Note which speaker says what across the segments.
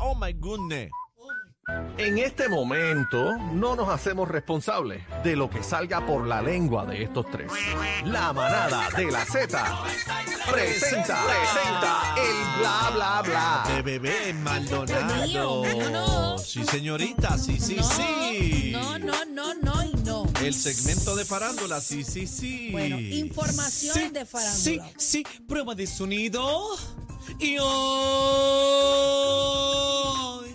Speaker 1: Oh my goodness.
Speaker 2: En este momento no nos hacemos responsables de lo que salga por la lengua de estos tres. La manada de la Z presenta, presenta el bla bla bla.
Speaker 1: De bebé Maldonado.
Speaker 3: Dios mío, no.
Speaker 1: Sí, señorita, sí, sí,
Speaker 3: no,
Speaker 1: sí.
Speaker 3: No, no, no, no y no.
Speaker 1: El segmento de farándula, sí, sí, sí.
Speaker 3: Bueno, informaciones
Speaker 4: Sí,
Speaker 3: de farándula.
Speaker 4: Sí, sí, prueba de sonido. Y hoy.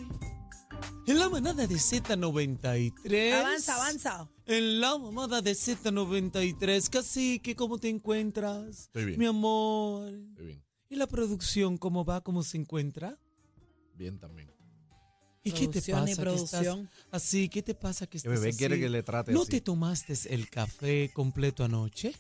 Speaker 4: En la manada de Z93.
Speaker 3: Avanza, avanza.
Speaker 4: En la mamada de Z93. Cacique, ¿cómo te encuentras?
Speaker 1: Estoy bien.
Speaker 4: Mi amor.
Speaker 1: Estoy bien,
Speaker 4: ¿Y la producción cómo va? ¿Cómo se encuentra?
Speaker 1: bien también.
Speaker 4: ¿Y qué
Speaker 3: Producción
Speaker 4: te
Speaker 3: y
Speaker 4: pasa? que estás
Speaker 3: producción.
Speaker 4: así, ¿qué te pasa que estás
Speaker 1: bebé
Speaker 4: así?
Speaker 1: quiere que le trate
Speaker 4: ¿No
Speaker 1: así.
Speaker 4: te tomaste el café completo anoche?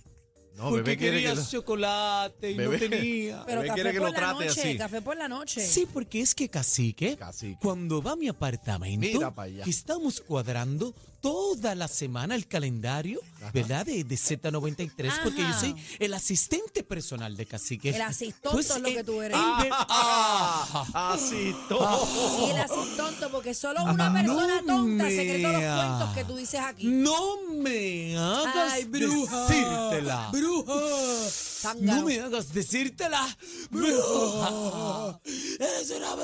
Speaker 1: No,
Speaker 4: Porque
Speaker 1: bebé quiere que
Speaker 4: querías
Speaker 1: lo...
Speaker 4: chocolate y
Speaker 1: Bebé.
Speaker 4: no tenía.
Speaker 3: Pero
Speaker 1: Bebé
Speaker 3: café
Speaker 1: quiere que
Speaker 3: por
Speaker 1: lo
Speaker 3: la
Speaker 1: trate
Speaker 3: noche,
Speaker 1: así.
Speaker 3: café por la noche.
Speaker 4: Sí, porque es que cacique,
Speaker 1: Cacique.
Speaker 4: cuando va a mi apartamento,
Speaker 1: Mira pa' allá.
Speaker 4: que estamos cuadrando toda la semana el calendario, ¿verdad? De, de Z93, porque yo
Speaker 3: Ajá.
Speaker 4: soy el asistente personal de cacique.
Speaker 3: El asistonto es lo
Speaker 4: eh,
Speaker 3: que tú eres.
Speaker 4: en ver- Ah,
Speaker 1: Así todo.
Speaker 3: Y él así tonto, porque solo una
Speaker 1: Ah,
Speaker 3: persona
Speaker 4: no
Speaker 3: tonta se cree todos
Speaker 4: mea.
Speaker 3: los cuentos que tú dices
Speaker 4: Mm.
Speaker 3: aquí.
Speaker 4: No me hagas
Speaker 3: Ay, bruja,
Speaker 4: decírtela.
Speaker 3: Zángano.
Speaker 4: No me hagas decírtela. Bruja. Eres una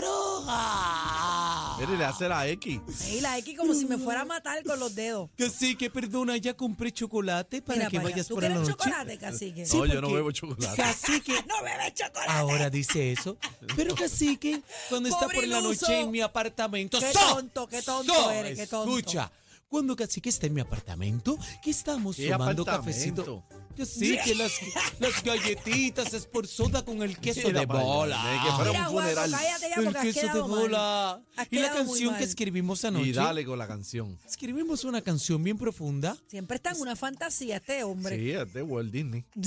Speaker 4: bruja.
Speaker 1: Mire, le hace la X.
Speaker 3: Y la X como si me fuera a matar con los dedos.
Speaker 4: Cacique, perdona, ya compré chocolate para
Speaker 3: Mira
Speaker 4: que
Speaker 3: para allá.
Speaker 4: vayas
Speaker 3: ¿Tú
Speaker 4: por la
Speaker 3: quieres
Speaker 4: noche.
Speaker 3: chocolate, cacique?
Speaker 4: Sí,
Speaker 1: no, yo no
Speaker 4: porque-
Speaker 1: bebo chocolate.
Speaker 4: Cacique,
Speaker 3: No bebes chocolate.
Speaker 4: ahora dice eso. Pero cacique, cuando está
Speaker 3: Pobre
Speaker 4: por la
Speaker 3: iluso.
Speaker 4: noche en mi apartamento.
Speaker 3: Qué
Speaker 4: ¡so!
Speaker 3: tonto, qué tonto
Speaker 4: ¡so!
Speaker 3: eres, qué tonto.
Speaker 4: Escucha, cuando cacique está en mi apartamento, que estamos
Speaker 1: ¿Qué
Speaker 4: tomando
Speaker 1: apartamento?
Speaker 4: cafecito. Cacique, las, las galletitas es por soda con el queso
Speaker 1: Mira
Speaker 4: de
Speaker 1: para allá,
Speaker 4: bola.
Speaker 1: de que fuera
Speaker 3: Mira,
Speaker 1: un
Speaker 3: guapo,
Speaker 1: funeral.
Speaker 3: cállate ya
Speaker 4: el
Speaker 3: porque has
Speaker 4: queso de
Speaker 3: quedado mal.
Speaker 4: bola.
Speaker 3: Has
Speaker 4: Y la
Speaker 3: quedado muy
Speaker 4: canción que
Speaker 3: mal.
Speaker 4: escribimos anoche.
Speaker 1: Y dale con la canción.
Speaker 4: Escribimos una canción bien profunda.
Speaker 3: Siempre está en una fantasía este hombre.
Speaker 1: Sí, es de Walt Disney.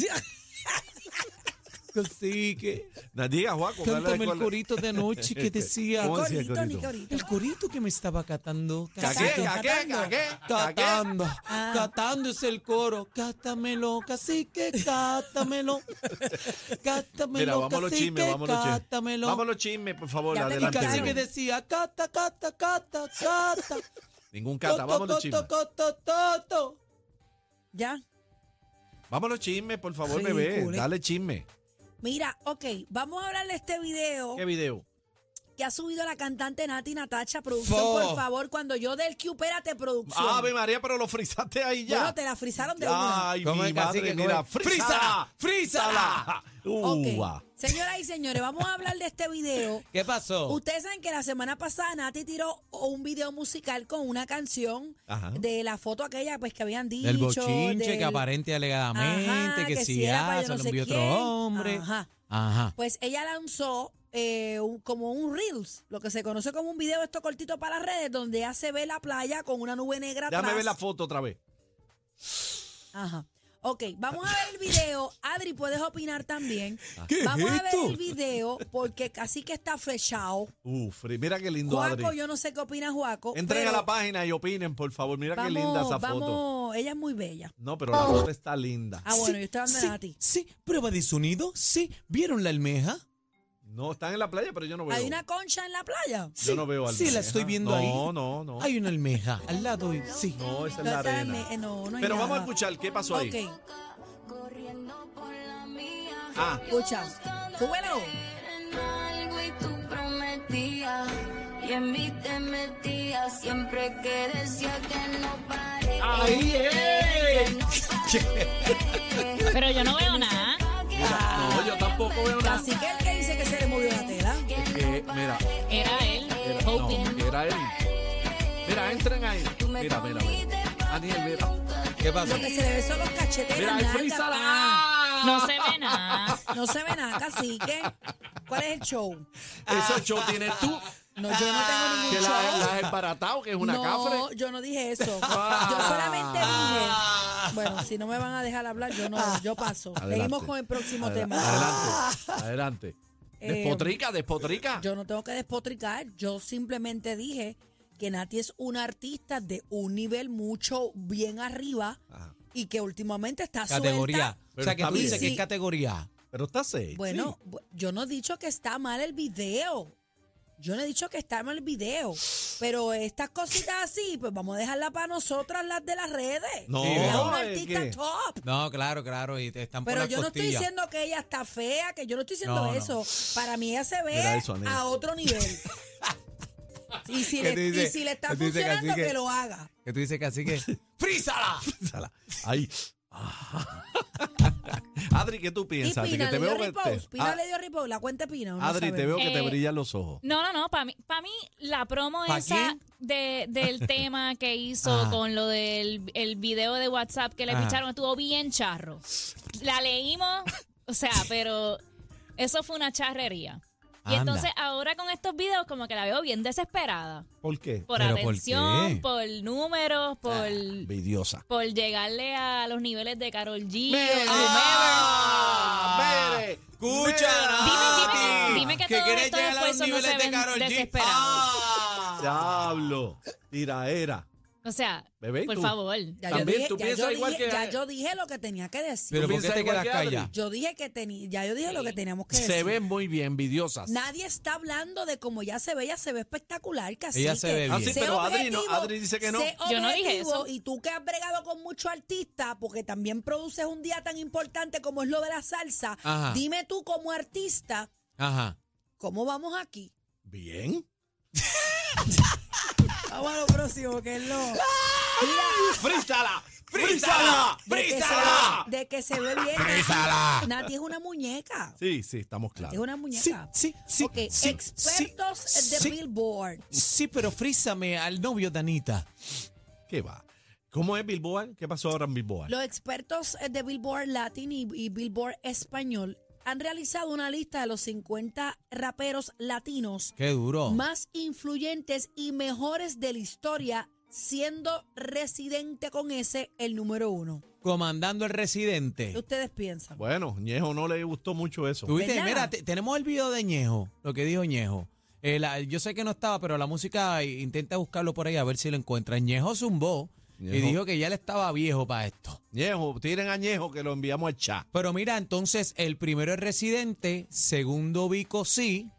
Speaker 4: Cacique.
Speaker 1: Na- Diga, Juaco, dale
Speaker 4: Cántame el
Speaker 1: cuál- Este,
Speaker 4: corito de anoche que decía.
Speaker 1: ¿Cómo decía el
Speaker 3: Corito, ni
Speaker 1: corito?
Speaker 3: corito.
Speaker 4: El corito que me estaba catando.
Speaker 1: Caqué,
Speaker 4: Catando.
Speaker 1: caqué, caqué, caqué.
Speaker 4: Catando.
Speaker 3: Ah.
Speaker 4: Catando es el coro. Cátamelo, cacique, cátamelo.
Speaker 1: Mira,
Speaker 4: Cátamelo,
Speaker 1: vamos a los
Speaker 4: cacique,
Speaker 1: chismes, vamos a los chismes.
Speaker 4: cátamelo.
Speaker 1: Vamos a los chismes, por favor,
Speaker 3: Ya te
Speaker 4: y
Speaker 1: adelante.
Speaker 3: cansaron.
Speaker 4: cacique
Speaker 1: bebé.
Speaker 4: decía, cata, cata, cata, cata.
Speaker 1: Ningún cata, vamos a los chismes.
Speaker 4: Toto, toto, toto.
Speaker 3: Ya.
Speaker 1: Vamos a los chismes, por favor, bebé.
Speaker 3: Ridículo, ¿eh?
Speaker 1: Dale chisme.
Speaker 3: Mira, ok, vamos a hablar de este video
Speaker 1: ¿Qué video?
Speaker 3: que ha subido la cantante Nati Natacha. Producción,
Speaker 1: Fo.
Speaker 3: por favor, cuando yo del Q, espérate, producción.
Speaker 1: Ave María, pero lo frizaste ahí ya.
Speaker 3: Bueno, te la frizaron de una.
Speaker 1: Ay,
Speaker 4: ¿Cómo
Speaker 1: mi
Speaker 4: es, cacique?
Speaker 1: madre,
Speaker 4: ¿Cómo
Speaker 1: mira,
Speaker 4: es?
Speaker 1: frízala,
Speaker 4: ¡Frízala!
Speaker 1: frízala.
Speaker 3: Ok.
Speaker 1: Uva.
Speaker 3: Señoras y señores, vamos a hablar de este video.
Speaker 4: ¿Qué pasó?
Speaker 3: Ustedes saben que la semana pasada Nati tiró un video musical con una canción
Speaker 1: Ajá.
Speaker 3: de la foto aquella pues que habían dicho.
Speaker 4: Del bochinche
Speaker 3: del-
Speaker 4: que aparente alegadamente,
Speaker 3: Ajá,
Speaker 4: que,
Speaker 3: que si
Speaker 4: si
Speaker 3: era para
Speaker 4: ya
Speaker 3: yo
Speaker 4: se
Speaker 3: no
Speaker 4: lo
Speaker 3: sé
Speaker 4: envió
Speaker 3: quién.
Speaker 4: otro hombre.
Speaker 3: Ajá.
Speaker 4: Ajá.
Speaker 3: Pues ella lanzó eh, un- como un Reels, lo que se conoce como un video esto cortito para las redes, donde ya se ve la playa con una nube negra
Speaker 1: Déjame
Speaker 3: atrás.
Speaker 1: ver la foto otra vez.
Speaker 3: Ajá. Ok, vamos a ver el video. Adri, puedes opinar también.
Speaker 4: ¿Qué es
Speaker 3: vamos a ver
Speaker 4: esto?
Speaker 3: el video porque casi que está frechado.
Speaker 1: Uf, mira qué lindo, Adri.
Speaker 3: Juaco, yo no sé qué opina Juaco.
Speaker 1: Entren a
Speaker 3: pero
Speaker 1: la página y opinen, por favor. Mira
Speaker 3: vamos,
Speaker 1: qué linda esa foto.
Speaker 3: vamos, ella es muy bella.
Speaker 1: No, pero la foto está linda.
Speaker 3: Ah, bueno, yo estoy hablando
Speaker 4: sí,
Speaker 3: de ti.
Speaker 4: Sí, prueba de sonido, sí. ¿Vieron la almeja?
Speaker 1: No, están en la playa, pero yo no veo.
Speaker 3: Hay una concha en la playa.
Speaker 4: Sí,
Speaker 1: Yo no veo almeja.
Speaker 4: Sí, la estoy viendo
Speaker 1: no,
Speaker 4: ahí.
Speaker 1: No, no, no.
Speaker 4: Hay una almeja al lado, y- sí.
Speaker 1: No, esa es
Speaker 3: No
Speaker 1: la
Speaker 3: está
Speaker 1: arena.
Speaker 3: en- eh, no, no hay
Speaker 1: pero vamos a
Speaker 3: nada.
Speaker 1: escuchar qué pasó ahí.
Speaker 3: Ok,
Speaker 5: Corriendo por la mía.
Speaker 1: Ah.
Speaker 3: escucha. Súbelo.
Speaker 5: En algo y tú prometías. Y en mí te metías. Siempre que decía que no paré.
Speaker 1: Ahí es.
Speaker 6: Pero yo no veo nada.
Speaker 1: No, yo tampoco veo nada.
Speaker 3: Así que el que dice que se le movió la tela.
Speaker 1: Es que, mira,
Speaker 6: Era él.
Speaker 1: Era, no, era él. Mira, entren ahí. Mira, mira, mira. Aniel, mira.
Speaker 4: ¿Qué pasó?
Speaker 3: Lo que se le ve son los cachetes y
Speaker 1: Mira,
Speaker 3: las
Speaker 1: ahí
Speaker 3: nalgas,
Speaker 1: frízala.
Speaker 6: No se ve nada.
Speaker 3: pa. No se ve nada, cacique. ¿Cuál es el show?
Speaker 1: Eso show tienes tú.
Speaker 3: No, yo no tengo ningún
Speaker 1: Que
Speaker 3: show.
Speaker 1: la, la has embaratado, que es una
Speaker 3: no,
Speaker 1: cafre. Ah.
Speaker 3: yo no dije eso. Yo solamente
Speaker 4: Ah.
Speaker 3: dije. Bueno, si no me van a dejar hablar, yo no, yo paso.
Speaker 1: Adelante.
Speaker 3: Seguimos con el próximo
Speaker 1: Adela-
Speaker 3: tema.
Speaker 1: Adelante, adelante.
Speaker 3: Eh,
Speaker 1: Despotrica, despotrica.
Speaker 3: Yo no tengo que despotricar, yo simplemente dije que Nati es una artista de un nivel mucho bien arriba
Speaker 1: Ajá.
Speaker 3: y que últimamente está suelta.
Speaker 4: Categoría. o sea, que
Speaker 1: Pero
Speaker 4: tú dices
Speaker 3: está
Speaker 4: que
Speaker 3: bien.
Speaker 4: es categoría.
Speaker 1: Pero está sexy.
Speaker 3: Bueno, bu- yo no he dicho que está mal el video. Yo no he dicho que está en el video, pero estas cositas así, pues vamos a dejarlas para nosotras, las de las redes.
Speaker 4: No.
Speaker 3: Ella es una
Speaker 7: ¿de
Speaker 3: artista
Speaker 7: qué?
Speaker 3: top.
Speaker 4: No, claro, claro, y te están por
Speaker 3: Pero
Speaker 4: las
Speaker 3: yo no estoy
Speaker 4: costillas.
Speaker 3: diciendo que ella está fea, que yo no estoy diciendo
Speaker 4: No, no.
Speaker 3: eso. Para mí ella se ve
Speaker 7: Mira eso, Aníbal.
Speaker 3: a otro nivel. y, si
Speaker 4: ¿Qué
Speaker 3: le,
Speaker 4: te
Speaker 3: y
Speaker 4: dice?
Speaker 3: si le está
Speaker 4: ¿Qué te dice,
Speaker 3: funcionando,
Speaker 4: cacique?
Speaker 3: que lo haga.
Speaker 4: Que tú dices que así que... ¡Frízala!
Speaker 7: Sala. Ahí. Ah. Adri, ¿qué tú
Speaker 3: Y
Speaker 7: piensas?
Speaker 3: Pina
Speaker 7: que
Speaker 3: le dio
Speaker 7: que
Speaker 1: este.
Speaker 3: repost. Pina
Speaker 7: Ah,
Speaker 3: le dio repost. La cuenta de Pina. ¿o no
Speaker 7: Adri, te
Speaker 3: saben?
Speaker 7: veo que te
Speaker 6: Eh,
Speaker 7: brillan los ojos.
Speaker 6: No, no, no. Para mí, para mí la promo
Speaker 4: ¿Pa
Speaker 6: esa
Speaker 4: quién?
Speaker 6: de, del tema que hizo
Speaker 4: Ajá.
Speaker 6: con lo del el video de WhatsApp que le
Speaker 4: Ajá.
Speaker 6: picharon estuvo bien charro. La leímos, o sea, pero eso fue una charrería. Y
Speaker 4: Anda.
Speaker 6: entonces ahora con estos videos como que la veo bien desesperada.
Speaker 7: ¿Por qué?
Speaker 6: Por
Speaker 4: ¿Pero por qué? Ah,
Speaker 6: atención, por, números, por,
Speaker 7: Envidiosa.
Speaker 6: por llegarle a los niveles de Carol G. o de
Speaker 4: Ah,
Speaker 7: Mere,
Speaker 4: Escucha,
Speaker 6: Dime,
Speaker 4: Nati,
Speaker 6: dime, dime que todo
Speaker 4: querés
Speaker 6: esto
Speaker 4: llegar a
Speaker 6: después
Speaker 4: los
Speaker 6: eso no se
Speaker 4: niveles de
Speaker 6: ven
Speaker 4: Karol G.
Speaker 6: desesperados.
Speaker 4: Ah.
Speaker 7: Diablo. Tiraera.
Speaker 6: Mer- O sea,
Speaker 7: Bebé, ¿y
Speaker 6: por
Speaker 7: tú?
Speaker 6: favor.
Speaker 3: Ya yo
Speaker 1: También
Speaker 3: dije-
Speaker 1: tú
Speaker 3: ya
Speaker 1: piensas
Speaker 3: yo
Speaker 1: igual
Speaker 3: dije-
Speaker 1: que-
Speaker 3: Ya yo dije lo que tenía que decir.
Speaker 4: Pero ¿por qué
Speaker 1: piensas
Speaker 4: te
Speaker 1: igual
Speaker 4: quedas
Speaker 1: que Adri?
Speaker 4: callada?
Speaker 3: yo dije que tenía, ya yo dije lo que teníamos que decir.
Speaker 1: Se ven muy bien, envidiosas.
Speaker 3: Nadie está hablando de cómo ella se ve, ella se ve espectacular, casi.
Speaker 4: Ella se ve bien. Ah, sí,
Speaker 7: pero Adri no- Adri dice que no.
Speaker 6: Yo no dije eso.
Speaker 3: Y tú que has bregado con muchos artistas, porque también produces un día tan importante como es lo de la salsa,
Speaker 4: Ajá.
Speaker 3: dime tú como artista,
Speaker 4: Ajá.
Speaker 3: ¿cómo vamos aquí?
Speaker 7: Bien.
Speaker 3: Vamos a lo próximo, que es lo... Mira,
Speaker 7: ¡Frízala! ¡Frízala!
Speaker 3: de que, se
Speaker 7: ¡Frízala!
Speaker 3: ve, de que se ve bien.
Speaker 4: ¡Frízala!
Speaker 3: Nati es una muñeca.
Speaker 7: Sí, sí,
Speaker 4: Este
Speaker 7: estamos
Speaker 3: Nati es
Speaker 7: claros.
Speaker 3: una
Speaker 4: Sí,
Speaker 3: muñeca.
Speaker 4: sí, sí.
Speaker 3: Ok,
Speaker 4: sí,
Speaker 3: expertos
Speaker 4: sí,
Speaker 3: de
Speaker 4: sí,
Speaker 3: Billboard.
Speaker 4: Sí, pero frízame al novio de Anita.
Speaker 7: ¿Qué va? ¿Cómo es Bilboa? ¿Qué pasó ahora en Bilboa?
Speaker 3: Los expertos eh, de Billboard Latin y, y Billboard Español han realizado una lista de los 50 raperos latinos
Speaker 4: Qué
Speaker 7: Oh.
Speaker 4: duro.
Speaker 3: más influyentes y mejores de la historia, siendo residente con ese el número uno.
Speaker 4: Comandando el residente.
Speaker 3: ¿Qué ustedes piensan?
Speaker 7: Bueno, Ñejo no le gustó mucho eso.
Speaker 4: Tú viste,
Speaker 3: ¿Verdad?
Speaker 4: mira, te- tenemos el video de Ñejo, lo que dijo Ñejo. Eh, la- yo sé que no estaba, pero la música eh, intenta buscarlo por ahí a ver si lo encuentra. Ñejo zumbó y
Speaker 7: Ñejo.
Speaker 4: dijo que ya le estaba viejo para esto.
Speaker 7: Ñejo, tiren a Ñejo que lo enviamos al chat.
Speaker 4: Pero mira, entonces el primero es residente, segundo Vico sí,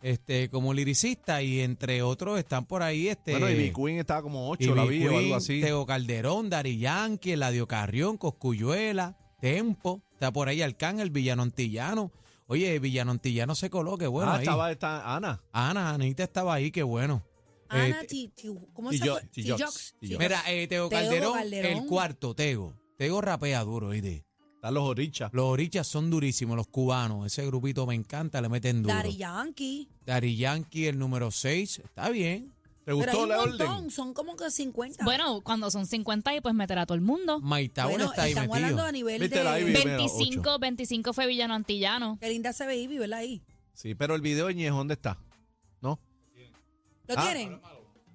Speaker 4: este, como liricista, y entre otros están por ahí este.
Speaker 7: Bueno, y Queen estaba como
Speaker 4: y
Speaker 7: 8, la
Speaker 4: B.
Speaker 7: vi o
Speaker 4: Queen,
Speaker 7: algo así.
Speaker 4: Teo Calderón, Dari Yankee, Eladio Carrión, Coscuyuela, Tempo, está por ahí Arcángel, Villano Antillano. Oye, Villano Antillano se coloque, bueno.
Speaker 7: ah,
Speaker 4: ahí.
Speaker 7: estaba esta Ana.
Speaker 4: Ana, Anita estaba ahí, qué bueno.
Speaker 3: Ana,
Speaker 4: Eh,
Speaker 3: Ti- Ti- ¿cómo
Speaker 7: este, Ti-
Speaker 3: se llama?
Speaker 7: Ti-
Speaker 3: Ti-
Speaker 7: Tijox,
Speaker 3: Jox,
Speaker 7: Ti-
Speaker 3: Tijox.
Speaker 4: mira, eh, Teo,
Speaker 3: Teo
Speaker 4: Calderón,
Speaker 3: Calderón.
Speaker 4: el cuarto, Tego. Tego rapea duro, oíste.
Speaker 7: Están los orichas.
Speaker 4: Los orichas son durísimos, los cubanos. Ese grupito me encanta, le meten duro.
Speaker 3: Daddy Yankee.
Speaker 4: Dari Yankee, el número 6, está bien.
Speaker 7: ¿Te
Speaker 3: Pero hay
Speaker 7: gustó
Speaker 3: un
Speaker 7: la
Speaker 3: montón,
Speaker 7: orden?
Speaker 3: son como que 50.
Speaker 6: Bueno, cuando son 50 y pues meter a todo el mundo.
Speaker 4: Maitao
Speaker 3: Bueno,
Speaker 4: está ahí
Speaker 3: estamos
Speaker 4: metido.
Speaker 3: hablando a nivel
Speaker 7: Viste la Ivy.
Speaker 3: de...
Speaker 7: Primero,
Speaker 6: 25, 25 fue Villano Antillano.
Speaker 3: Qué linda se ve Ivy, ¿verdad? Ahí.
Speaker 7: Sí, pero el video de Ñejo, ¿dónde está? ¿no
Speaker 3: ¿Lo
Speaker 7: Ah,
Speaker 3: tienen?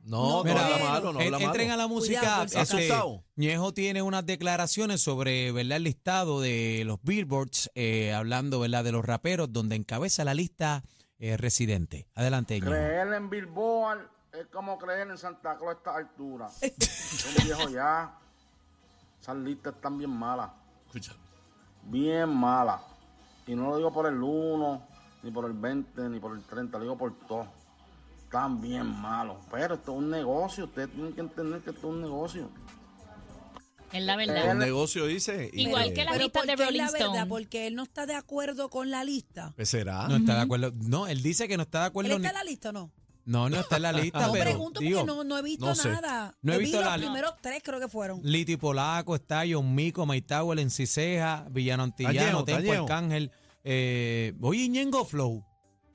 Speaker 7: No, no,
Speaker 4: Mira,
Speaker 7: habla malo, no
Speaker 4: en-
Speaker 7: habla malo.
Speaker 4: entren a la música.
Speaker 3: Cuidado, por si
Speaker 4: este,
Speaker 7: acaso.
Speaker 4: Ñejo tiene unas declaraciones sobre ¿verdad? el listado de los billboards, eh, hablando ¿verdad? de los raperos, donde encabeza la lista eh, residente. Adelante, Ñejo.
Speaker 8: Creer en Billboard es como creer en Santa Claus a esta altura. Un viejo ya. Esas listas están bien malas. Bien malas. Y no lo digo por el 1, ni por el 20, ni por el 30, lo digo por todo. Están bien malos. Pero esto es un negocio. Ustedes tienen que entender que esto es un negocio.
Speaker 6: Es la
Speaker 7: El
Speaker 6: verdad.
Speaker 7: negocio dice. y eh,
Speaker 6: Igual
Speaker 7: que-
Speaker 6: que la-
Speaker 3: Pero
Speaker 6: lista
Speaker 3: ¿por
Speaker 6: de
Speaker 3: qué es
Speaker 6: Rolling
Speaker 3: la verdad?
Speaker 6: Stone.
Speaker 3: Porque él no está de acuerdo con la lista.
Speaker 7: ¿Qué será?
Speaker 4: Ah. No está de acuerdo. No, él dice que no está de
Speaker 3: ¿Él
Speaker 4: acuerdo.
Speaker 3: está
Speaker 4: ni-
Speaker 3: en la lista o no?
Speaker 4: No, no está en la lista,
Speaker 3: No
Speaker 4: pero
Speaker 3: pregunto porque
Speaker 4: digo,
Speaker 3: no, no he visto
Speaker 7: no sé.
Speaker 3: nada.
Speaker 4: No he
Speaker 3: vi
Speaker 4: visto
Speaker 3: los
Speaker 4: la li-
Speaker 3: primeros tres, creo que fueron.
Speaker 4: Liti Polaco, está John Mico, Maitagüel, Enciseja, Villano Antillano,
Speaker 7: Ñejo, está
Speaker 4: Tempo
Speaker 7: Ñejo.
Speaker 4: Arcángel. Eh, oye, Ñengo Flow.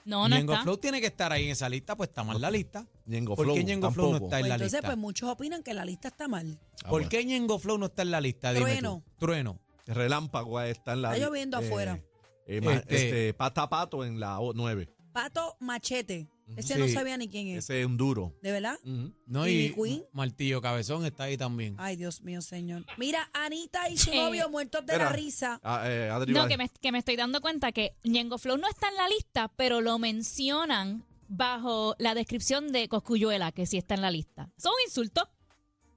Speaker 6: No, no
Speaker 4: Ñengo
Speaker 6: está.
Speaker 4: Flow tiene que estar ahí en esa lista, pues está mal la lista.
Speaker 1: Ah,
Speaker 7: Ñengo
Speaker 4: ¿Por
Speaker 7: Flow,
Speaker 4: qué Ñengo Flow no
Speaker 7: tampoco.
Speaker 4: está en
Speaker 3: Pues
Speaker 4: la
Speaker 3: entonces,
Speaker 4: lista?
Speaker 3: pues muchos opinan que la lista está mal.
Speaker 7: Ah,
Speaker 4: ¿Por
Speaker 7: bueno.
Speaker 4: qué Ñengo Flow no está en la lista? Dime
Speaker 3: Trueno.
Speaker 4: tú. Trueno.
Speaker 7: Relámpago está en la.
Speaker 3: Está lloviendo afuera.
Speaker 7: eh, ma-
Speaker 4: Este-
Speaker 7: este, pata pato en la 9.
Speaker 3: Pato Machete. Ese
Speaker 4: Sí.
Speaker 3: no sabía ni quién es.
Speaker 7: Ese es un duro.
Speaker 3: ¿De verdad?
Speaker 4: No,
Speaker 3: ¿Y
Speaker 4: y,
Speaker 3: Queen? Ah.
Speaker 4: Martillo Cabezón está ahí también.
Speaker 3: Ay, Dios mío, señor. Mira, Anita y su
Speaker 6: Eh.
Speaker 3: novio muertos de la
Speaker 7: Espera.
Speaker 3: risa.
Speaker 7: Ah, eh, Adri,
Speaker 6: No,
Speaker 7: va-
Speaker 6: que me, que me estoy dando cuenta que Ñengo Flow no está en la lista, pero lo mencionan bajo la descripción de Coscuyuela, que sí está en la lista. Son insultos.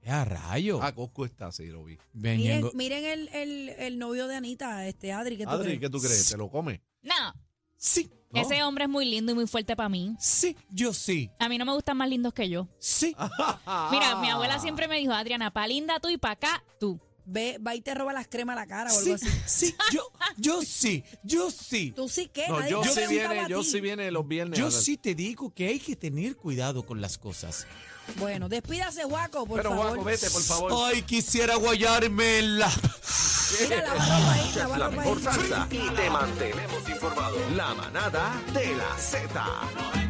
Speaker 4: ¡Ya rayo!
Speaker 7: Ah, Coscu está, sí, lo vi.
Speaker 4: Ve,
Speaker 3: Miren,
Speaker 4: Ñengo-
Speaker 3: miren el, el- el novio de Anita, este Adri, que tú
Speaker 7: Adri,
Speaker 3: crees?
Speaker 7: ¿qué tú crees? ¿Te lo come?
Speaker 6: No.
Speaker 4: Sí. ¿no?
Speaker 6: Ese hombre es muy lindo y muy fuerte para mí.
Speaker 4: Sí, yo sí.
Speaker 6: A mí no me gustan más lindos que yo.
Speaker 4: Sí.
Speaker 6: Mira,
Speaker 4: Ah.
Speaker 6: mi abuela siempre me dijo, Adriana, pa' linda tú y pa' acá tú.
Speaker 3: Ve, va y te roba las cremas a la cara o
Speaker 4: Sí,
Speaker 3: algo así.
Speaker 4: sí, yo, yo sí, yo sí.
Speaker 3: Tú sí que.
Speaker 1: No,
Speaker 3: nadie
Speaker 1: yo
Speaker 3: te ha
Speaker 1: sí
Speaker 3: preguntado
Speaker 1: viene,
Speaker 3: a
Speaker 1: yo
Speaker 3: ti.
Speaker 1: sí viene los viernes.
Speaker 4: Yo
Speaker 1: a las-
Speaker 4: sí te digo que hay que tener cuidado con las cosas.
Speaker 3: Bueno, despídase, Juaco, por
Speaker 1: Pero
Speaker 3: favor.
Speaker 1: Juaco, vete, por favor.
Speaker 4: Ay, quisiera guayarme en la...
Speaker 3: Mira, la barra ahí, la
Speaker 2: La
Speaker 3: barra
Speaker 2: mejor
Speaker 3: ahí.
Speaker 2: salsa y te mantenemos informado. La manada de la Z.